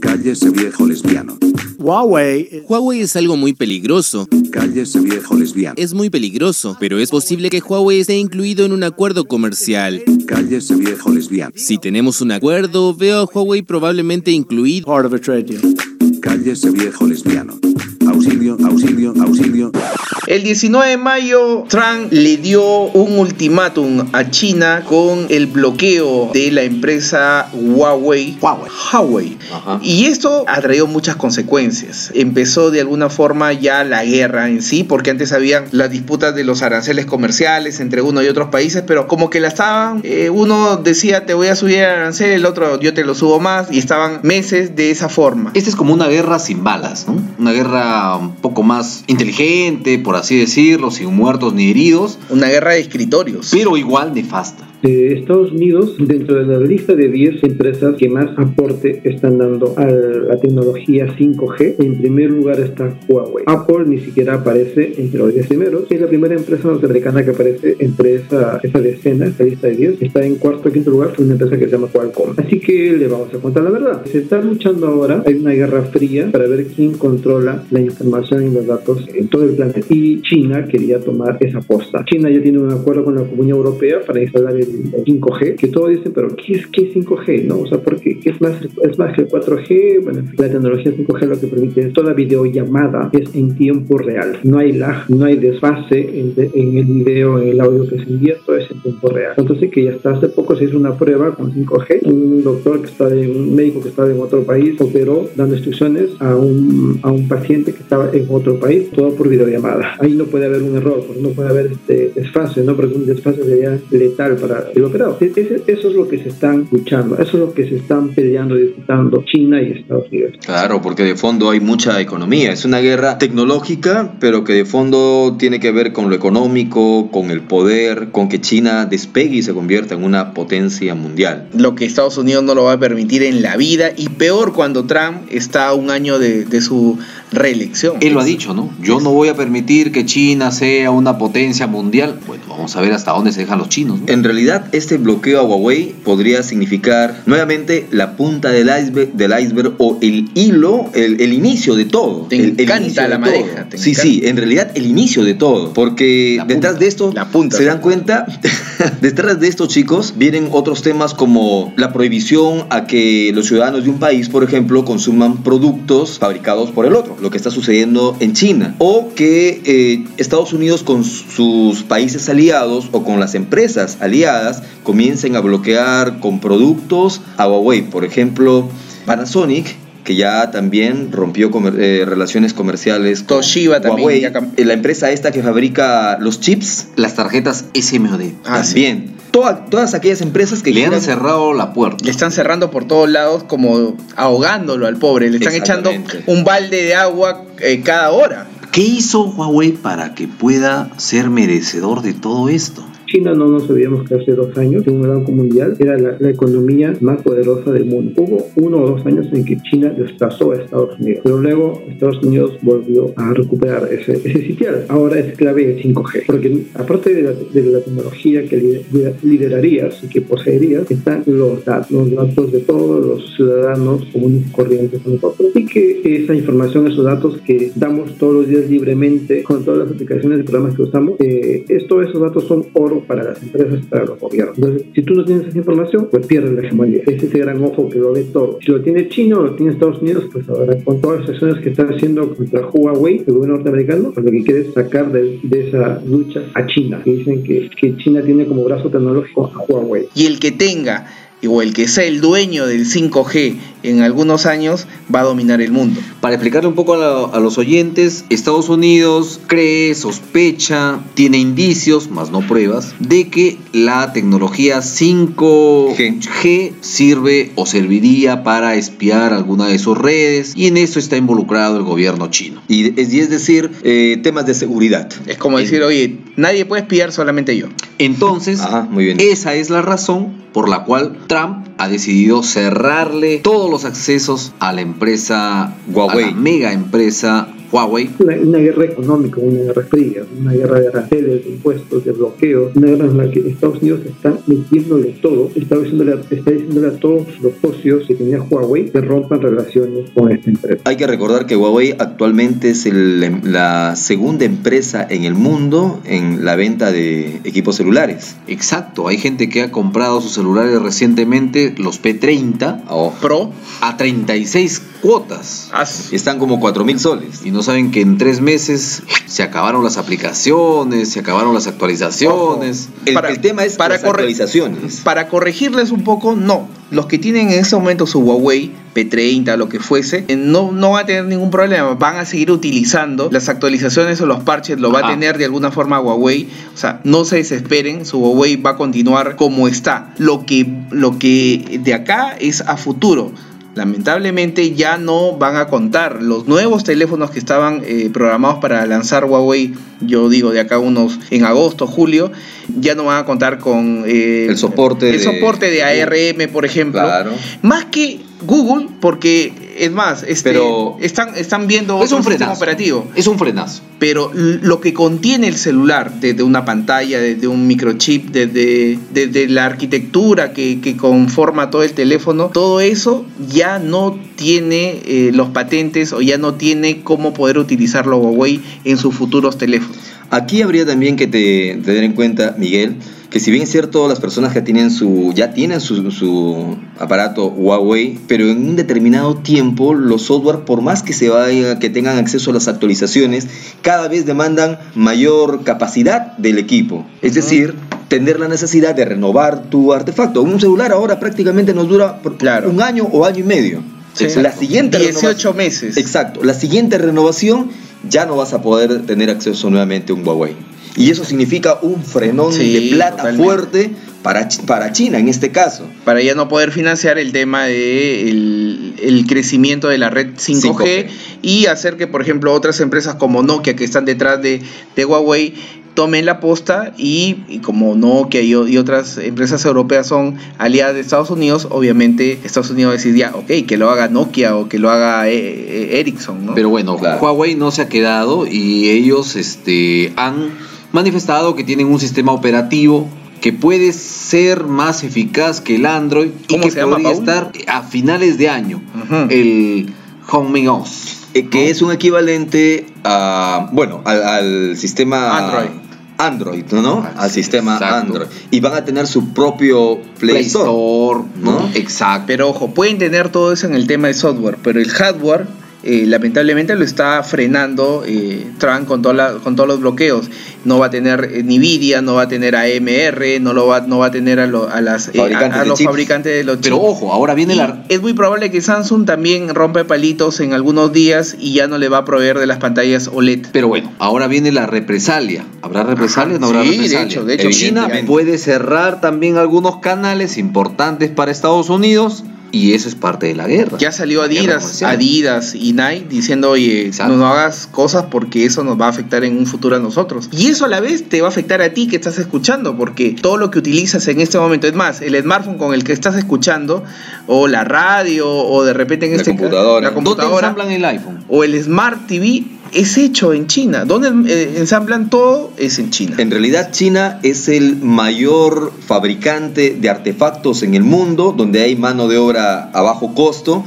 Cállese viejo lesbiano.
Huawei.
Huawei es algo muy peligroso.
Cállese viejo lesbiano.
Es muy peligroso, pero es posible que Huawei esté incluido en un acuerdo comercial.
Cállese viejo lesbiano.
Si tenemos un acuerdo, veo a Huawei probablemente incluido.
Part of a trade deal.
Cállese viejo lesbiano. Auxilio, auxilio, auxilio.
El 19 de mayo, Trump le dio un ultimátum a China con el bloqueo de la empresa Huawei. Huawei.
Ajá.
Y esto ha traído muchas consecuencias. Empezó de alguna forma ya la guerra en sí, porque antes habían las disputas de los aranceles comerciales entre uno y otros países, pero como que la estaban, eh, uno decía te voy a subir el arancel, el otro yo te lo subo más, y estaban meses de esa forma.
Esta es como una guerra sin balas, ¿no? Una guerra un poco más inteligente, por así decirlo, sin muertos ni heridos,
Una guerra de escritorios.
pero igual nefasta.
Eh, Estados Unidos, dentro de la lista de 10 empresas que más aporte están dando a la tecnología 5G, en primer lugar está Huawei. Apple ni siquiera aparece entre los 10 primeros. Es la primera empresa norteamericana que aparece entre esa, esa decena, esa lista de 10. Está en cuarto o quinto lugar una empresa que se llama Qualcomm. Así que le vamos a contar la verdad. Se está luchando ahora, hay una guerra fría para ver quién controla la información y los datos en todo el planeta. Y China quería tomar esa posta. China ya tiene un acuerdo con la Comunidad Europea para instalar el, el 5G, que todos dicen, pero ¿qué es, qué es 5G? ¿No? O sea, porque es más, es más que el 4G. Bueno, en fin, la tecnología 5G lo que permite es toda videollamada es en tiempo real. No hay lag, no hay desfase en, en el video, en el audio que se envía, todo es en tiempo real. Entonces que ya hasta hace poco se hizo una prueba con 5G. Un doctor que estaba en, un médico que estaba en otro país operó dando instrucciones a un, a un paciente que estaba en otro país, todo por videollamada. Ahí no puede haber un error, porque no puede haber este desfase, ¿no? Porque un desfase sería letal para, la, el operado. E- ese- eso es lo que se están luchando, eso es lo que se están peleando y disputando China y Estados Unidos.
Claro, porque de fondo hay mucha economía. Es una guerra tecnológica, pero que de fondo tiene que ver con lo económico, con el poder, con que China despegue y se convierta en una potencia mundial.
Lo que Estados Unidos no lo va a permitir en la vida y peor cuando Trump está a un año de, de su reelección.
Él lo ha dicho, ¿no? Yo no voy a permitir que China sea una potencia mundial. Bueno, vamos a ver hasta dónde se dejan los chinos. ¿no?
En realidad, este bloqueo a Huawei podría significar nuevamente la punta del iceberg, del iceberg o el hilo, el, el inicio de todo.
Te
El- el
encanta
inicio de
la
todo.
madeja, te
Sí,
encanta.
sí, en realidad el inicio de todo. Porque
La punta,
detrás de esto
la punta.
se dan cuenta, detrás de esto, chicos, vienen otros temas como la prohibición a que los ciudadanos de un país, por ejemplo, consuman productos fabricados por el otro, lo que está sucediendo en China. O que eh, Estados Unidos con sus países aliados o con las empresas aliadas comiencen a bloquear con productos a Huawei, por ejemplo, Panasonic que ya también rompió comer- eh, relaciones comerciales con
Toshiba también,
Huawei,
ya cam-
eh, la empresa esta que fabrica los chips
Las tarjetas SMOD
Ah, sí.
también. Toda- todas aquellas empresas que
le han
giran-
cerrado la puerta.
Le están cerrando por todos lados como ahogándolo al pobre. Le están echando
Exactamente.
un balde de agua eh, cada hora.
¿Qué hizo Huawei para que pueda ser merecedor de todo esto?
China no nos olvidemos que hace dos años, según el Banco Mundial, era la, la economía más poderosa del mundo. Hubo uno o dos años en que China desplazó a Estados Unidos, pero luego Estados Unidos volvió a recuperar ese, ese sitial. Ahora es clave el 5G, porque aparte de la, de la tecnología que lider- liderarías y que poseerías, están los datos, los datos de todos los ciudadanos comunes y corrientes como nosotros, y que esa información, esos datos que damos todos los días libremente con todas las aplicaciones y programas que usamos, eh, es- todos esos datos son oro para las empresas, para los gobiernos. Entonces, si tú no tienes esa información, pues pierdes la hegemonía. Es ese gran ojo que lo ve todo. Si lo tiene China o lo tiene Estados Unidos, pues ahora con todas las acciones que están haciendo contra Huawei, el gobierno norteamericano, pues lo que quiere es sacar de, de esa lucha a China. Y dicen que, que China tiene como brazo tecnológico a Huawei.
Y el que tenga o el que sea el dueño del 5G en algunos años va a dominar el mundo.
Para explicarle un poco a, la- a los oyentes, Estados Unidos cree, sospecha, tiene indicios, más no pruebas, de que la tecnología 5G sirve o serviría para espiar alguna de sus redes y en eso está involucrado el gobierno chino.
y, es, y es decir, eh, temas de seguridad. eh,
Es como
Sí.
decir, oye, nadie puede espiar, solamente yo.
Entonces,
Ajá, muy bien.
esa es la razón por la cual Trump ha decidido cerrarle todos los accesos a la empresa
Huawei.
a la mega empresa Huawei
una, una guerra económica, una guerra fría, una guerra de aranceles, de impuestos, de bloqueos, una guerra en la que Estados Unidos está metiéndole todo, está diciéndole, a- está diciéndole a todos los socios que tenía Huawei que rompan relaciones con esta empresa.
Hay que recordar que Huawei actualmente es el- em, la segunda empresa en el mundo en la venta de equipos celulares.
Exacto, hay gente que ha comprado sus celulares recientemente, los P30,
Oh,
Pro,
a 36 cuotas.
as-
están como 4 mil soles.
Y no saben que en tres meses se acabaron las aplicaciones, se acabaron las actualizaciones.
El,
Para-
el tema es
para
las
corre-
actualizaciones.
para corregirles un poco, no. Los que tienen en ese momento su Huawei P30, lo que fuese, eh, no, no va a tener ningún problema. Van a seguir utilizando las actualizaciones o los parches, lo va
Ajá.
a tener de alguna forma Huawei. O sea, no se desesperen, su Huawei va a continuar como está. Lo que, lo que de acá es a futuro. Lamentablemente ya no van a contar los nuevos teléfonos que estaban eh, programados para lanzar Huawei, yo digo de acá unos en agosto, julio, ya no van a contar con eh,
El soporte
el
de-
soporte de ARM, por ejemplo.
Claro.
Más que Google, porque es más, este,
Pero-
están, están viendo
es
otro
un
sistema
frenazo.
operativo.
Es un frenazo.
Pero l- lo que contiene el celular, desde una pantalla, desde un microchip, desde, desde la arquitectura que, que conforma todo el teléfono, todo eso ya no tiene eh, los patentes o ya no tiene cómo poder utilizarlo Huawei en sus futuros teléfonos.
Aquí habría también que te, tener en cuenta, Miguel, que si bien es cierto, las personas que tienen su, ya tienen su, su aparato Huawei, pero en un determinado tiempo los software, por más que, se vaya, que tengan acceso a las actualizaciones, cada vez demandan mayor capacidad del equipo. Es decir, tener la necesidad de renovar tu artefacto. Un celular ahora prácticamente nos dura por
Claro.
un año o año y medio.
Sí.
La siguiente
18
renovación-
meses.
Exacto. La siguiente renovación ya no vas a poder tener acceso nuevamente a un Huawei. Y eso significa un frenón
Sí,
de plata
totalmente.
fuerte para, Chi- para China en este caso.
para ya no poder financiar el tema de el, el crecimiento de la red 5G,
5G.
y hacer que, por ejemplo, otras empresas como Nokia, que están detrás de, de Huawei, tomen la posta y, y como Nokia y, o- y otras empresas europeas son aliadas de Estados Unidos, obviamente Estados Unidos decidía, ok, que lo haga Nokia o que lo haga eh, eh, Ericsson, ¿no?
Pero bueno,
Claro.
Huawei no se ha quedado y ellos este, han manifestado que tienen un sistema operativo que puede ser más eficaz que el Android y
¿Cómo
que
se llama,
podría
Paul?
estar a finales de año.
Ujú.
El Hongming OS.
Eh, que es un equivalente a, bueno, al, al sistema
Android.
Android, ¿no?
Ah,
al
sí,
sistema
exacto.
Android. Y van a tener su propio Play, Store.
¿no?
¿no?
Exacto.
Pero ojo, pueden tener todo eso en el tema de software, pero el hardware eh, lamentablemente lo está frenando eh, Trump con, toda la- con todos los bloqueos. No va a tener eh, Nvidia, no va a tener a AMR, no, lo va, no va a tener a, lo- a las, eh, a-
Fabricantes
a
de
los
chips.
fabricantes de los
Pero
chips.
ojo, ahora viene
Y
la...
Es muy probable que Samsung también rompa palitos en algunos días y ya no le va a proveer de las pantallas E OLED.
Pero bueno, ahora viene la represalia. ¿Habrá represalia? No habrá
sí, de
represalia.
hecho, de hecho,
China
evidentemente.
puede cerrar también algunos canales importantes para Estados Unidos y eso es parte de la guerra.
Ya salió
La guerra
Adidas,
comercial.
Adidas y Nike diciendo, oye,
Exacto.
no hagas cosas porque eso nos va a afectar en un futuro a nosotros. Y eso a la vez te va a afectar a ti que estás escuchando, porque todo lo que utilizas en este momento, es más, el smartphone con el que estás escuchando, o la radio, o de repente en
La
este ca-
computadora.
la
¿Dónde
computadora
ensamblan el iPhone?
o el Smart TV es hecho en China. Donde eh, ensamblan todo es en China.
En realidad China es el mayor fabricante de artefactos en el mundo, donde hay mano de obra a bajo costo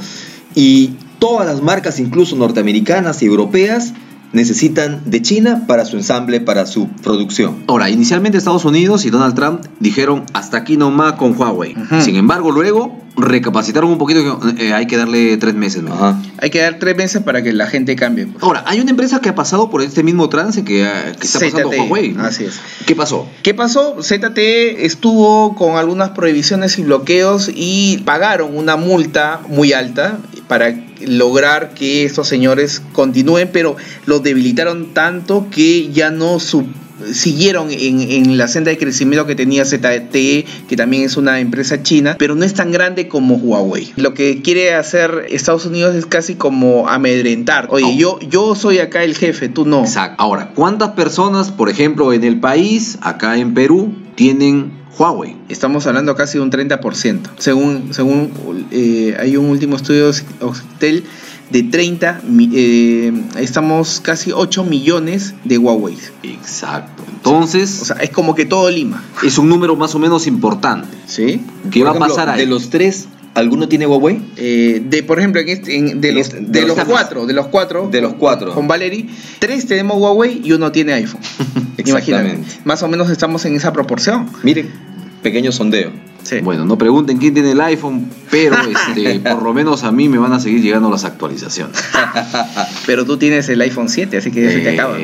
y todas las marcas, incluso norteamericanas y europeas, necesitan de China para su ensamble, para su producción.
Ahora, inicialmente Estados Unidos y Donald Trump dijeron hasta aquí nomás con Huawei.
Ujú.
Sin embargo, luego recapacitaron un poquito y dijeron, "Eh, hay que darle tres meses. ¿no?
Ajá.
Hay que dar tres meses para que la gente cambie. pues.
Ahora, hay una empresa que ha pasado por este mismo trance que, eh, que está pasando
ZTE,
Huawei. ¿no?
Así es.
¿Qué pasó?
¿Qué pasó? ZTE estuvo con algunas prohibiciones y bloqueos y pagaron una multa muy alta para lograr que estos señores continúen, pero los debilitaron tanto que ya no su- siguieron en, en la senda de crecimiento que tenía ZTE, que también es una empresa china, pero no es tan grande como Huawei. Lo que quiere hacer Estados Unidos es casi como amedrentar. Oye,
Oh.
yo, yo soy acá el jefe, tú no.
Exacto. Ahora, ¿cuántas personas, por ejemplo, en el país, acá en Perú, tienen Huawei?
Estamos hablando casi de un 30%. Según, según eh, hay un último estudio de Occitel de 30, mi- eh, estamos casi 8 millones de Huawei.
Exacto. Entonces,
O sea, es como que todo Lima.
es un número más o menos importante.
¿Sí?
¿Qué
Por
va
ejemplo,
a pasar ahí?
De los tres, ¿alguno tiene Huawei?
Eh, de, por ejemplo, en este- en- de,
En
los,
este-
de,
de
los
los temas.
cuatro, de los cuatro,
De los cuatro.
con Valerie, tres tenemos Huawei y uno tiene iPhone. Imagínate.
Exactamente.
Más o menos estamos en esa proporción.
Miren, pequeño sondeo.
Sí.
Bueno, no pregunten quién tiene el iPhone, pero este, por lo menos a mí me van a seguir llegando las actualizaciones.
Pero tú tienes el iPhone 7, así que ya se te
Eh,
acaba.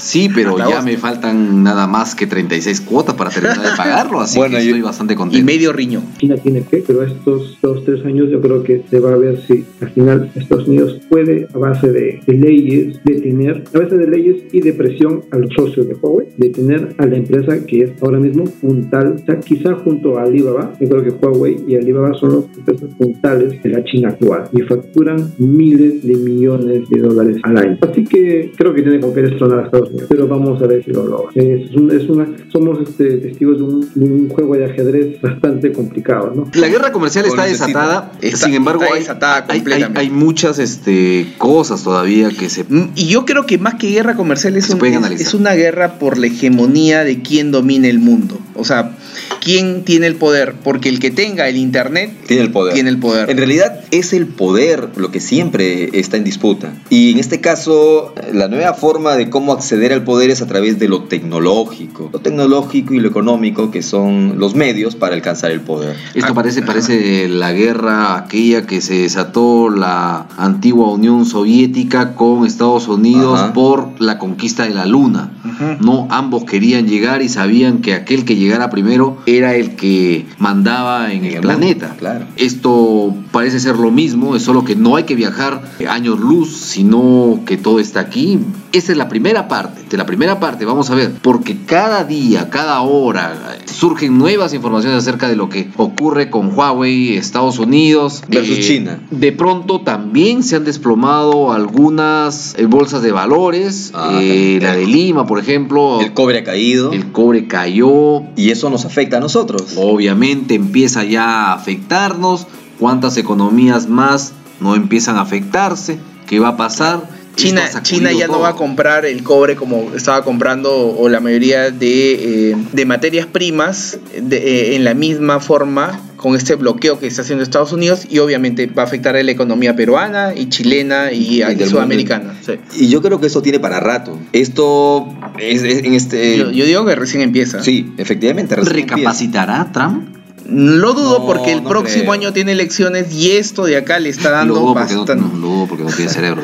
sí, pero
Hasta
ya
agosto.
me faltan nada más que 36 cuotas para terminar de pagarlo, así
Bueno,
que
yo-
estoy bastante
Y
contento.
medio riñón.
China tiene que, pero estos dos, tres años yo creo que se va a ver si al final Estados Unidos puede, a base de, de leyes, detener, a base de leyes y de presión a los socios de Huawei, detener a la empresa que es ahora mismo puntal, o sea, quizá junto a Alibaba, yo creo que Huawei y Alibaba son los empresas puntales de la China actual y facturan miles de millones de dólares al año. Así que creo que tiene con qué destronar a Estados Unidos, pero vamos a ver si lo logra. Es un- es una, somos este, testigos de un, de un juego de ajedrez bastante complicado, ¿no?
La guerra comercial
Con
está
necesito.
desatada,
Está-
sin embargo
está
hay,
desatada
hay- hay-
completamente.
hay muchas este, cosas todavía que se...
Mm, Y yo creo que más que guerra comercial es,
Se
un-
pueden
es-
analizar.
es una guerra por la hegemonía de quién domina el mundo. O sea, quién tiene el poder. Porque el que tenga el internet
Tiene el poder.
tiene el poder.
En realidad es el poder lo que siempre está en disputa. Y en este caso, la nueva forma de cómo acceder al poder es a través de lo tecnológico. Lo tecnológico y lo económico, que son los medios para alcanzar el poder.
Esto
Ah,
parece, parece la guerra aquella que se desató la antigua Unión Soviética con Estados Unidos
Ajá.
por la conquista de la luna.
Ujú.
No, ambos querían llegar y sabían que aquel que llegara primero era el que mandaba
En
en, el,
el mundo,
planeta.
claro.
Esto parece ser lo mismo, es solo que no hay que viajar años luz, sino que todo está aquí. Esa es la primera parte, de la primera parte vamos a ver, porque cada día, cada hora surgen nuevas informaciones acerca de lo que ocurre con Huawei, Estados Unidos Eh,
Versus China.
De pronto también se han desplomado algunas eh, bolsas de valores,
Ah,
eh, la de Lima, por ejemplo,
El cobre ha caído
el Oh. cobre cayó,
y eso nos afecta a nosotros.
obviamente empieza ya a afectarnos. ¿Cuántas economías más no empiezan a afectarse? ¿Qué va a pasar?
China,
Esto ha sacudido
China ya no
todo.
va a comprar el cobre como estaba comprando o la mayoría de, eh, de materias primas de, eh, en la misma forma con este bloqueo que está haciendo Estados Unidos y obviamente va a afectar a la economía peruana y chilena y,
del
y
mundo.
sudamericana. sí.
Y yo creo que eso tiene para rato. Esto es, es- en este.
Yo, yo digo que recién empieza.
sí, efectivamente. recién
¿Recapacitará Trump?
Lo dudo
No,
porque el
no
próximo
creo.
año tiene elecciones y esto de acá le está
Lo
dando
dudo porque no, Mm,
bastante.
no, lo dudo porque no tiene cerebro.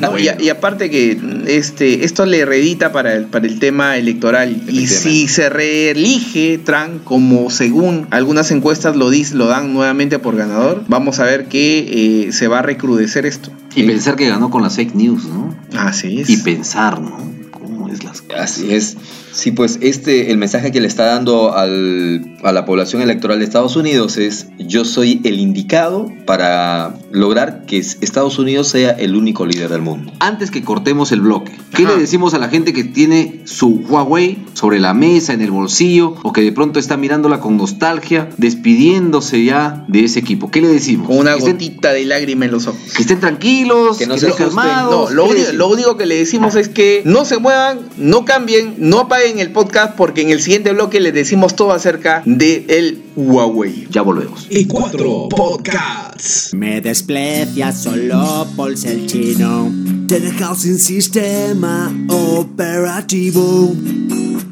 No, y, a- y aparte que este, esto le reedita para el, para el tema electoral. Y si se reelige Trump, como según algunas encuestas lo, dis- lo dan nuevamente por ganador, vamos a ver que eh, se va a recrudecer esto.
Y pensar que ganó con las fake news, ¿no?
Así es.
Y pensar, ¿no? ¿Cómo es las cosas?
Así es. Sí, pues este, el mensaje que le está dando al- a la población electoral de Estados Unidos es yo soy el indicado para lograr que Estados Unidos sea el único líder del mundo.
Antes que cortemos el bloque, ¿qué
Ajá.
le decimos a la gente que tiene su Huawei sobre la mesa, en el bolsillo, o que de pronto está mirándola con nostalgia, despidiéndose ya de ese equipo? ¿Qué le decimos?
Con una
Que estén-
gotita de lágrima en los ojos.
Que estén tranquilos,
Que no se
estén
asusten.
calmados.
No, lo
¿Qué
único,
decir?
lo único que le decimos es que no se muevan, no cambien, no apaguen el podcast porque en el siguiente bloque les decimos todo acerca de el Huawei.
Ya volvemos.
Y cuatro podcasts.
Me desprecia solo por ser chino. Te he dejado sin sistema operativo.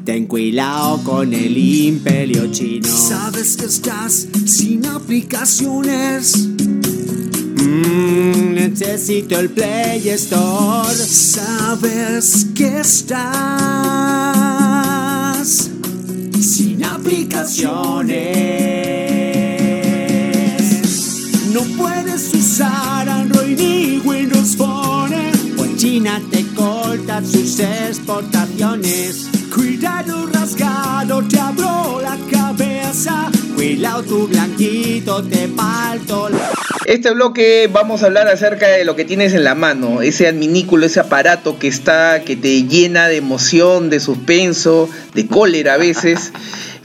Ten cuidado con el imperio chino. Sabes que estás sin aplicaciones. Mm, necesito el Play Store. Sabes que estás sin aplicaciones. No puedes usar Android ni Windows Phone. Por China te corta sus exportaciones. Cuidado rasgado, te abro la cabeza. Cuidado tu blanquito, te parto la...
Este bloque vamos a hablar acerca de lo que tienes en la mano, ese adminículo, ese aparato que está, que te llena de emoción, de suspenso, de cólera a veces,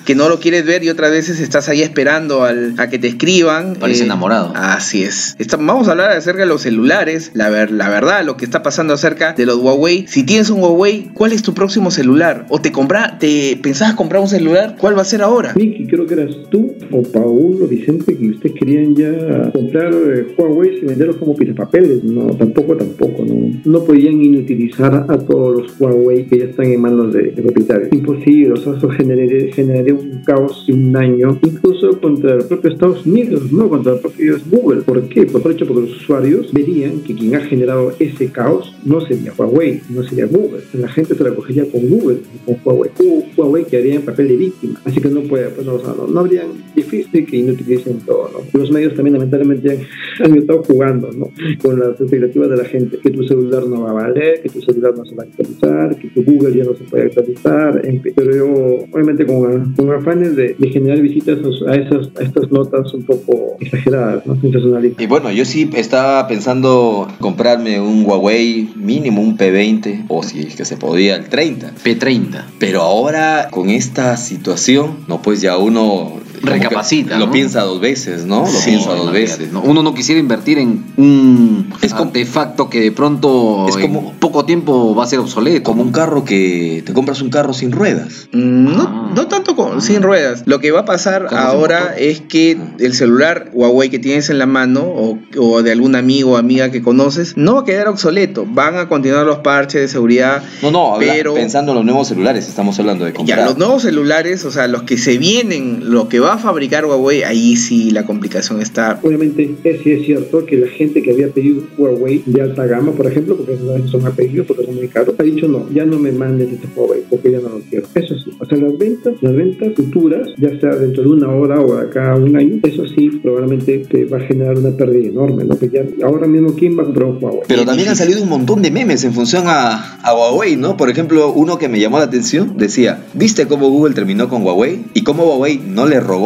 que no lo quieres ver y otras veces estás ahí esperando al- a que te escriban. eh,
Parece enamorado.
Así es. Está- vamos a hablar acerca de los celulares, la, ver- la verdad, lo que está pasando acerca de los Huawei. Si tienes un Huawei, ¿cuál es tu próximo celular? ¿O te, compra, te pensabas comprar un celular? ¿Cuál va a ser ahora?
Vicky, creo que eras tú o Paulo Vicente que ustedes querían ya comprar eh, Huawei y venderlos como papeles. No, tampoco, tampoco. No, no podían inutilizar a todos los Huawei que ya están en manos de, de propietarios. Imposible, o sea, eso generaría, generaría un caos y un daño, incluso contra el propio Estados Unidos, no contra el propio Google. ¿Por qué? Pues Por el hecho porque los usuarios verían que quien ha generado ese caos no sería Huawei, no sería Google. La gente se la cogería con Google, no con Huawei. O Huawei quedaría en papel de víctima. Así que no puede, pues no, o sea, no, no habrían difícil que inutilicen todo, ¿no? Los medios también lamentablemente han, han estado jugando, ¿no? Con las expectativas de la gente, que tu celular no va a valer, que tu celular no se va a actualizar, que tu Google ya no se puede actualizar, en fin. pero yo, obviamente con, con afanes de, de generar visitas a, esos- a esas, a estas notas un poco exageradas, ¿no? Sensacionalistas.
Y bueno, yo sí estaba pensando comprarme un Huawei mínimo, un P20, o si es que se podía, el 30.
P30.
Pero ahora, con esta situación, no, pues ya uno... como
Recapacita,
que Lo
¿no?
piensa dos veces, ¿no? Lo
Sí,
piensa dos
imagínate,
veces.
¿no? Uno no quisiera invertir en un
Es como-
artefacto que de pronto
Es
en
como-
poco tiempo va a ser obsoleto.
Como un carro que te compras un carro sin ruedas.
Mm,
Ah.
No, no tanto con, sin ruedas. Lo que va a pasar
Carros sin
ahora
motor.
es que el celular Huawei que tienes en la mano o, o de algún amigo o amiga que conoces no va a quedar obsoleto. Van a continuar los parches de seguridad.
No, no, habla-
Pero-
pensando en los nuevos celulares, estamos hablando de comprar.
Ya, los nuevos celulares, o sea, los que se vienen, lo que va va a fabricar Huawei, ahí sí la complicación está.
Obviamente, es, sí es cierto que la gente que había pedido Huawei de alta gama, por ejemplo, porque son apellidos, porque son muy caros, ha dicho no, ya no me mandes este Huawei, porque ya no lo quiero. Eso sí, o sea, las ventas, las ventas futuras, ya sea dentro de una hora o de acá a un año, eso sí, probablemente te va a generar una pérdida enorme, ¿no? Que ya, ahora mismo, ¿quién va a comprar un Huawei?
Pero también han salido un montón de memes en función a, a Huawei, ¿no? Por ejemplo, uno que me llamó la atención decía, ¿viste cómo Google terminó con Huawei? ¿Y cómo Huawei no le robó?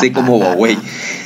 sé como Huawei.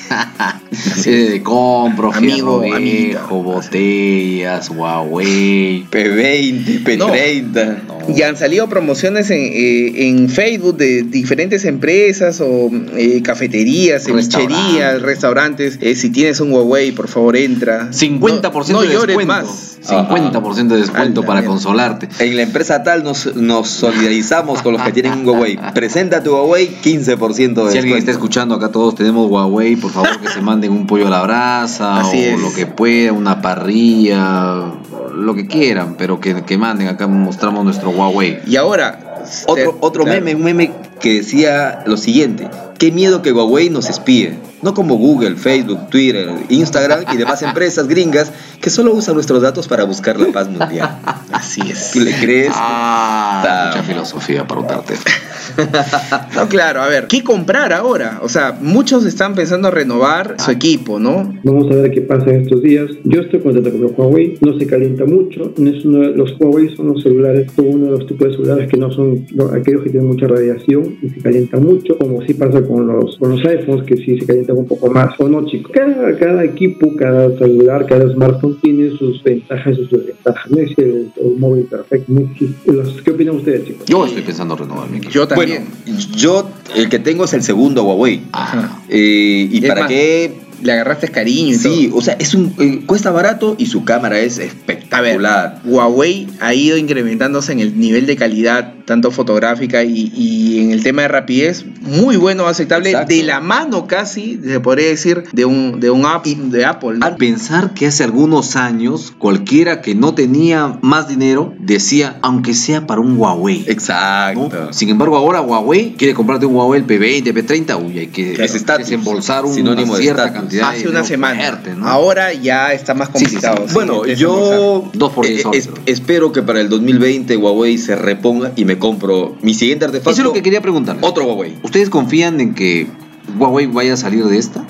Así de compro, amigo, viejo, amigo. botellas, Huawei.
P20, P30.
No. Y han salido promociones en, eh, en Facebook de diferentes empresas o eh, cafeterías, cevicherías, restaurantes. Eh, si tienes un Huawei, por favor, entra.
50%
no, no
de
llores
descuento.
más.
50% de descuento
Ala,
para
mira.
consolarte.
En la empresa tal nos, nos solidarizamos con los que tienen un Huawei. Presenta tu Huawei 15% de
Si alguien está
descuento.
escuchando acá, todos tenemos Huawei, por favor que se manden un pollo a la brasa
Así
o
es.
lo que pueda, una parrilla, lo que quieran, pero que, que manden. Acá mostramos nuestro Huawei.
Y ahora,
Otro, otro
claro.
meme, un meme que decía lo siguiente: Qué miedo que Huawei nos espíe. No como Google, Facebook, Twitter, Instagram y demás empresas gringas que solo usan nuestros datos para buscar la paz mundial.
Así es.
¿Tú le crees?
Ah,
Está.
mucha filosofía para untarte.
No, claro, a ver, ¿qué comprar ahora? O sea, muchos están pensando renovar su equipo, ¿no?
Vamos a ver qué pasa en estos días. Yo estoy contento con el Huawei, no se calienta mucho. no es uno de- los Huawei son los celulares, son uno de los tipos de celulares que no son no, aquellos que tienen mucha radiación y se calienta mucho, como sí pasa con los, con los iPhones, que sí se calientan un poco más o no, chicos. Cada, cada equipo, cada celular, cada smartphone tiene sus ventajas y sus desventajas. No es el, el móvil perfecto, no existe. Los- ¿Qué opinan ustedes, chicos?
Yo estoy pensando renovar mi equipo.
Yo
Bueno,
también.
yo el que tengo es el segundo Huawei.
Ah,
Eh, ¿Y
Es
para
más,
qué?
Le agarraste cariño y
Sí,
todo.
o sea, es un eh, cuesta barato y su cámara
A
es
ver,
espectacular.
Huawei ha ido incrementándose en el nivel de calidad, tanto fotográfica y, y en el tema de rapidez, muy bueno, aceptable,
Exacto.
de la mano casi, se podría decir, de un, de un app, de Apple. ¿no?
Al pensar que hace algunos años cualquiera que no tenía más dinero decía, aunque sea para un Huawei.
Exacto.
¿no? pues, Sin embargo, ahora Huawei quiere comprarte un Huawei el P20, P30, uy, hay que
Claro. Es estatus,
desembolsar una
sinónimo de
cierta
estatus.
cantidad. de
Hace una
dinero
semana.
fuerte, ¿no?
Ahora ya está más
Sí, sí, sí.
complicado. sí,
Bueno,
de desembolsar.
yo
Dos por
eh,
diez
eh, es-
otro.
espero que para el 2020 Huawei se reponga y me compro mi siguiente
Eso
artefacto.
es lo que quería preguntarles.
Otro Huawei.
¿Ustedes confían en que Huawei vaya a salir de esta?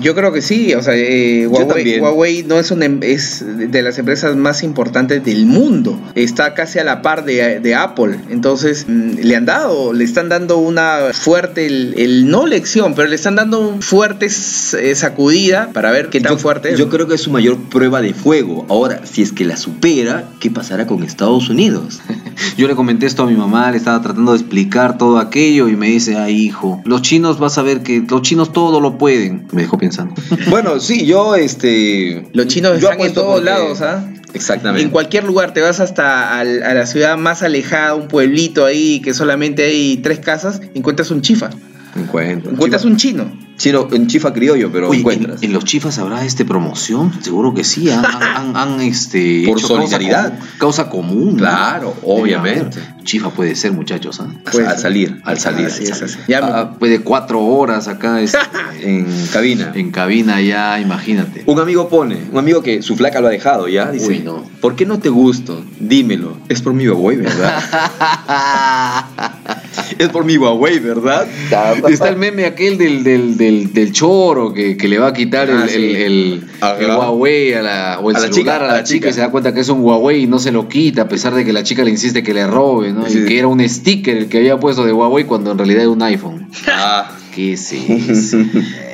Yo creo que sí, o sea, eh, Huawei,
también.
Huawei no es, una, em- es de las empresas más importantes del mundo, está casi a la par de, de Apple, entonces mm, le han dado, le están dando una fuerte, el, el- no lección, pero le están dando un fuerte s- eh, sacudida para ver qué tan
yo,
fuerte es.
Yo creo que es su mayor prueba de fuego. Ahora, si es que la supera, ¿qué pasará con Estados Unidos?
Yo le comenté esto a mi mamá, le estaba tratando de explicar todo aquello y me dice, ay hijo, los chinos vas a ver que los chinos todo lo pueden. Me dejó pensando.
bueno, sí, yo este
Los chinos
yo
están en
apuesto
todos
porque-
lados, ¿ah? En
Exactamente.
cualquier lugar, te vas hasta al- a la ciudad más alejada, un pueblito ahí que solamente hay tres casas, encuentras un chifa,
Encuentro.
encuentras un chino.
Chino, en chifa criollo, pero
Oye, ¿en,
encuentras.
en los chifas habrá este promoción? Seguro que sí, han, han- han, este,
Por
hecho causa
solidaridad.
común- Causa común. ¿no?
Claro, obviamente.
Mira, a ver, Chifa puede ser, muchachos. ¿ah?
Al-
Pues-
al salir, al salir.
Así
al
es,
salir.
así. Ya me-
Ah, puede cuatro horas acá este,
En cabina.
en cabina ya, imagínate.
Un amigo pone, un amigo que su flaca lo ha dejado ya, dice,
Uy, no.
¿por qué no te gusto? Dímelo. Es por mi Huawei, ¿verdad? es por mi Huawei, ¿verdad?
Está el meme aquel del, del, del, del choro que, que le va a quitar
Ah,
el,
sí.
el- el-
Ajá.
el Huawei Ah, a la, o el
A la
celular
chica,
a la, chica, y se da cuenta que es un Huawei y no se lo quita, a pesar de que la chica le insiste que le robe, ¿no?
Sí.
Y que era un sticker el que había puesto de Huawei cuando en realidad era un iPhone.
Ah.
¿Qué es eso?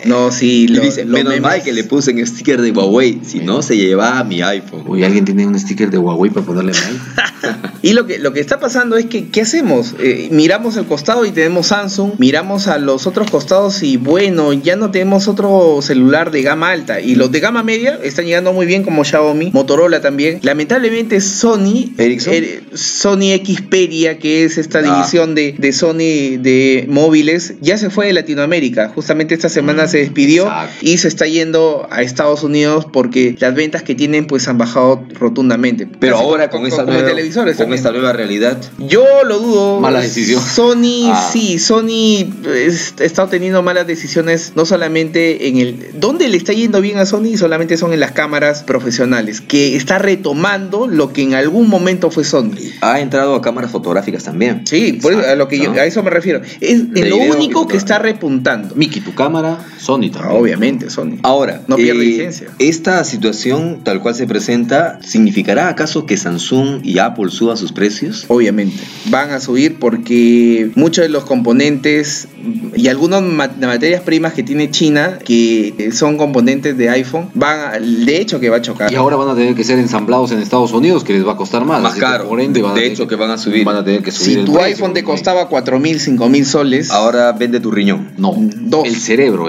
No, sí,
Y
lo,
dice,
los
menos
memes-
mal que le puse un sticker de Huawei, si no se llevaba mi iPhone.
Uy, ¿alguien tiene un sticker de Huawei para ponerle mal?
Y lo que, lo que está pasando es que, ¿qué hacemos? Eh, miramos el costado y tenemos Samsung, miramos a los otros costados y bueno, ya no tenemos otro celular de gama alta. Y los de gama media están llegando muy bien como Xiaomi, Motorola también. Lamentablemente Sony,
Ericsson.
eh, Sony Xperia, que es esta
Ah. Mm,
división de, de Sony de móviles, ya se fue de Latinoamérica. Justamente esta semana se despidió y se está yendo a Estados Unidos porque las ventas que tienen pues han bajado rotundamente.
Pero
Así
ahora
como-
con, esta
como
nueva,
televisores
con
también.
esta nueva realidad,
Yo lo dudo.
Mala decisión.
Sony,
Ah.
sí, Sony es- está teniendo malas decisiones, no solamente en el... ¿Dónde le está yendo bien a Sony? Solamente son en las cámaras profesionales, que está retomando lo que en algún momento fue Sony.
ha entrado a cámaras fotográficas también.
Sí, por eso- a, lo que yo-
¿no?
a eso me refiero. Es en
De
lo
video
único
y
que está repuntando.
Miki, tu cámara, Sony
Ah,
también.
obviamente, Sony.
Ahora, eh,
No pierde licencia.
Esta situación tal cual se presenta, ¿significará acaso que Samsung y Apple suban sus precios?
Obviamente. Van a subir porque muchos de los componentes y algunas ma- materias primas que tiene China, que eh, son componentes de iPhone, van a- de hecho que va a chocar.
Y ahora van a tener que ser ensamblados en Estados Unidos, que les va a costar más.
Más
así que
caro.
por ende, van a
de
tener
hecho, que van a subir.
Van a tener que subir.
si
el
tu
precio,
iPhone te
porque-
costaba 4.000, 5.000 soles,
Ahora vende tu riñón.
No,
Dos.
El cerebro,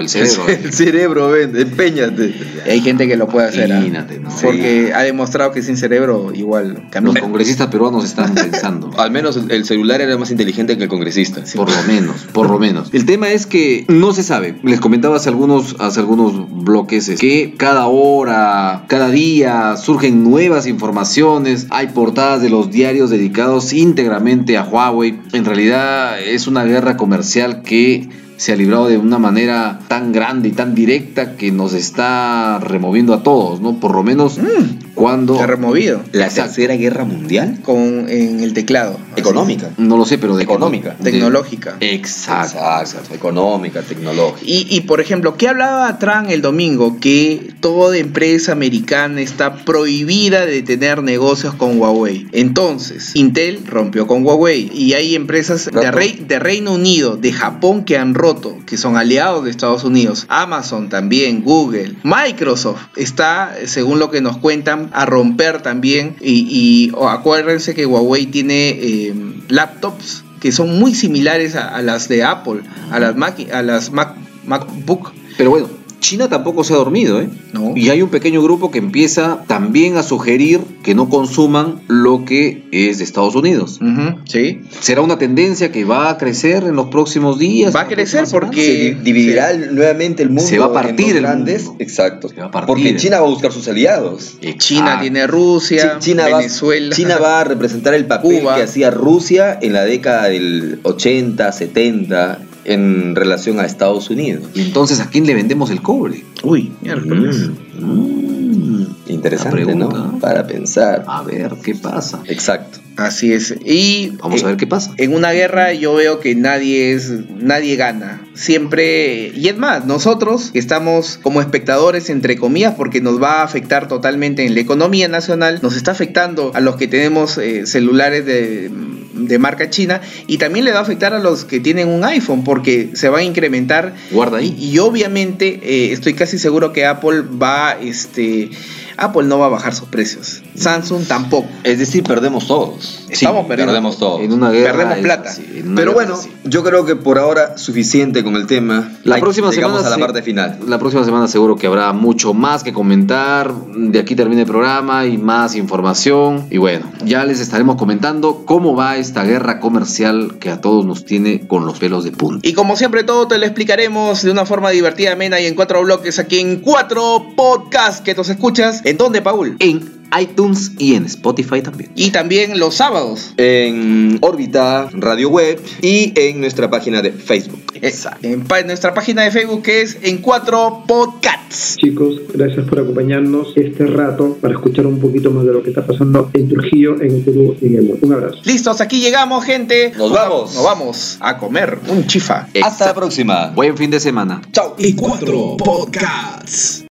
el cerebro.
El cerebro vende, empeñate.
hay gente que lo puede hacer. ¿ah?
Imagínate, ¿no?
Porque ha demostrado que sin cerebro igual
Los
camina.
congresistas peruanos están pensando.
Al menos el celular era más inteligente que el congresista.
Por lo menos, por lo menos. El tema es que no se sabe. Les comentaba hace algunos, hace algunos bloques es que cada hora, cada día surgen nuevas informaciones. Hay portadas de los diarios dedicados íntegramente a Huawei. En realidad es una guerra comercial que se ha librado de una manera tan grande y tan directa que nos está removiendo a todos, ¿no? Por lo menos cuando...
Está removido
Mm. La
Exacto.
tercera guerra mundial
con, en el teclado.
Ah, económica.
No lo sé, pero de...
Económica,
de-
Tecnológica.
Exacto.
Exacto, económica, tecnológica.
Y, y, por ejemplo, ¿qué hablaba Trump el domingo? Que toda empresa americana está prohibida de tener negocios con Huawei. Entonces, Intel rompió con Huawei y hay empresas de,
Roto.
Rei- de Reino Unido, de Japón que han roto, que son aliados de Estados Unidos. Amazon también, Google, Microsoft está, según lo que nos cuentan, a romper también. Y, y, oh, acuérdense que Huawei tiene eh, laptops que son muy similares a, a las de Apple, a las, Mac, a las Mac- MacBook.
Pero bueno, China tampoco se ha dormido, ¿eh?
No.
Y hay un pequeño grupo que empieza también a sugerir que no consuman lo que es de Estados Unidos.
Ujú, sí.
Será una tendencia que va a crecer en los próximos días.
Va a
en las
crecer
próximas semanas?
porque-
Se di- dividirá el- nuevamente el mundo.
Se va a partir
en dos
el
grandes.
mundo.
Exacto.
Se va a partir
Porque
el
China va a buscar sus aliados.
Exacto.
Eh, China tiene Rusia,
Chi- China,
Venezuela.
Va, China va a representar el papel
Cuba.
que hacía Rusia en la década del 80, 70 en relación a Estados Unidos.
Y entonces, ¿a quién le vendemos el cobre?
Uy, miércoles.
Mm, mm.
La
Interesante,
pregunta. Ah.
¿no? Para pensar.
A ver, ¿qué pasa?
Exacto.
Así es. Y eh,
Vamos a ver qué pasa.
En una guerra yo veo que nadie es, nadie gana. Siempre, y es más, nosotros que estamos como espectadores, entre comillas, porque nos va a afectar totalmente en la economía nacional, nos está afectando a los que tenemos eh, celulares de, de marca china y también le va a afectar a los que tienen un iPhone porque se va a incrementar
Guarda ahí.
y, y obviamente eh, estoy casi seguro que Apple va, este, Apple no va a bajar sus precios, Samsung tampoco.
Es decir, perdemos todos.
Estamos perdiendo.
Perdemos todos.
En una guerra.
oh, Perdemos
es
plata.
así, en una
Pero
guerra
bueno,
es así.
yo creo que por ahora suficiente con el tema.
La
Hay-
próxima
llegamos
semana
a la
se-
parte final.
La próxima semana seguro que habrá mucho más que comentar. De aquí termina el programa y más información. Y bueno, ya les estaremos comentando cómo va esta guerra comercial que a todos nos tiene con los pelos de punta.
Y como siempre todo te lo explicaremos de una forma divertida, amena y en cuatro bloques aquí en cuatro podcasts que nos escuchas. ¿En dónde, Paul?
En iTunes y en Spotify también.
Y también los sábados.
En órbita, radio web y en nuestra página de Facebook.
Exacto. Eh, En, pa- en nuestra página de Facebook que es en cuatro podcasts.
Chicos, gracias por acompañarnos este rato para escuchar un poquito más de lo que está pasando en Trujillo, en el Perú y en el mundo. Un abrazo.
Listos, aquí llegamos, gente.
Nos vamos. Eh,
Nos vamos a comer un chifa.
Hasta la próxima.
Buen fin de semana.
Chao.
Y cuatro podcasts.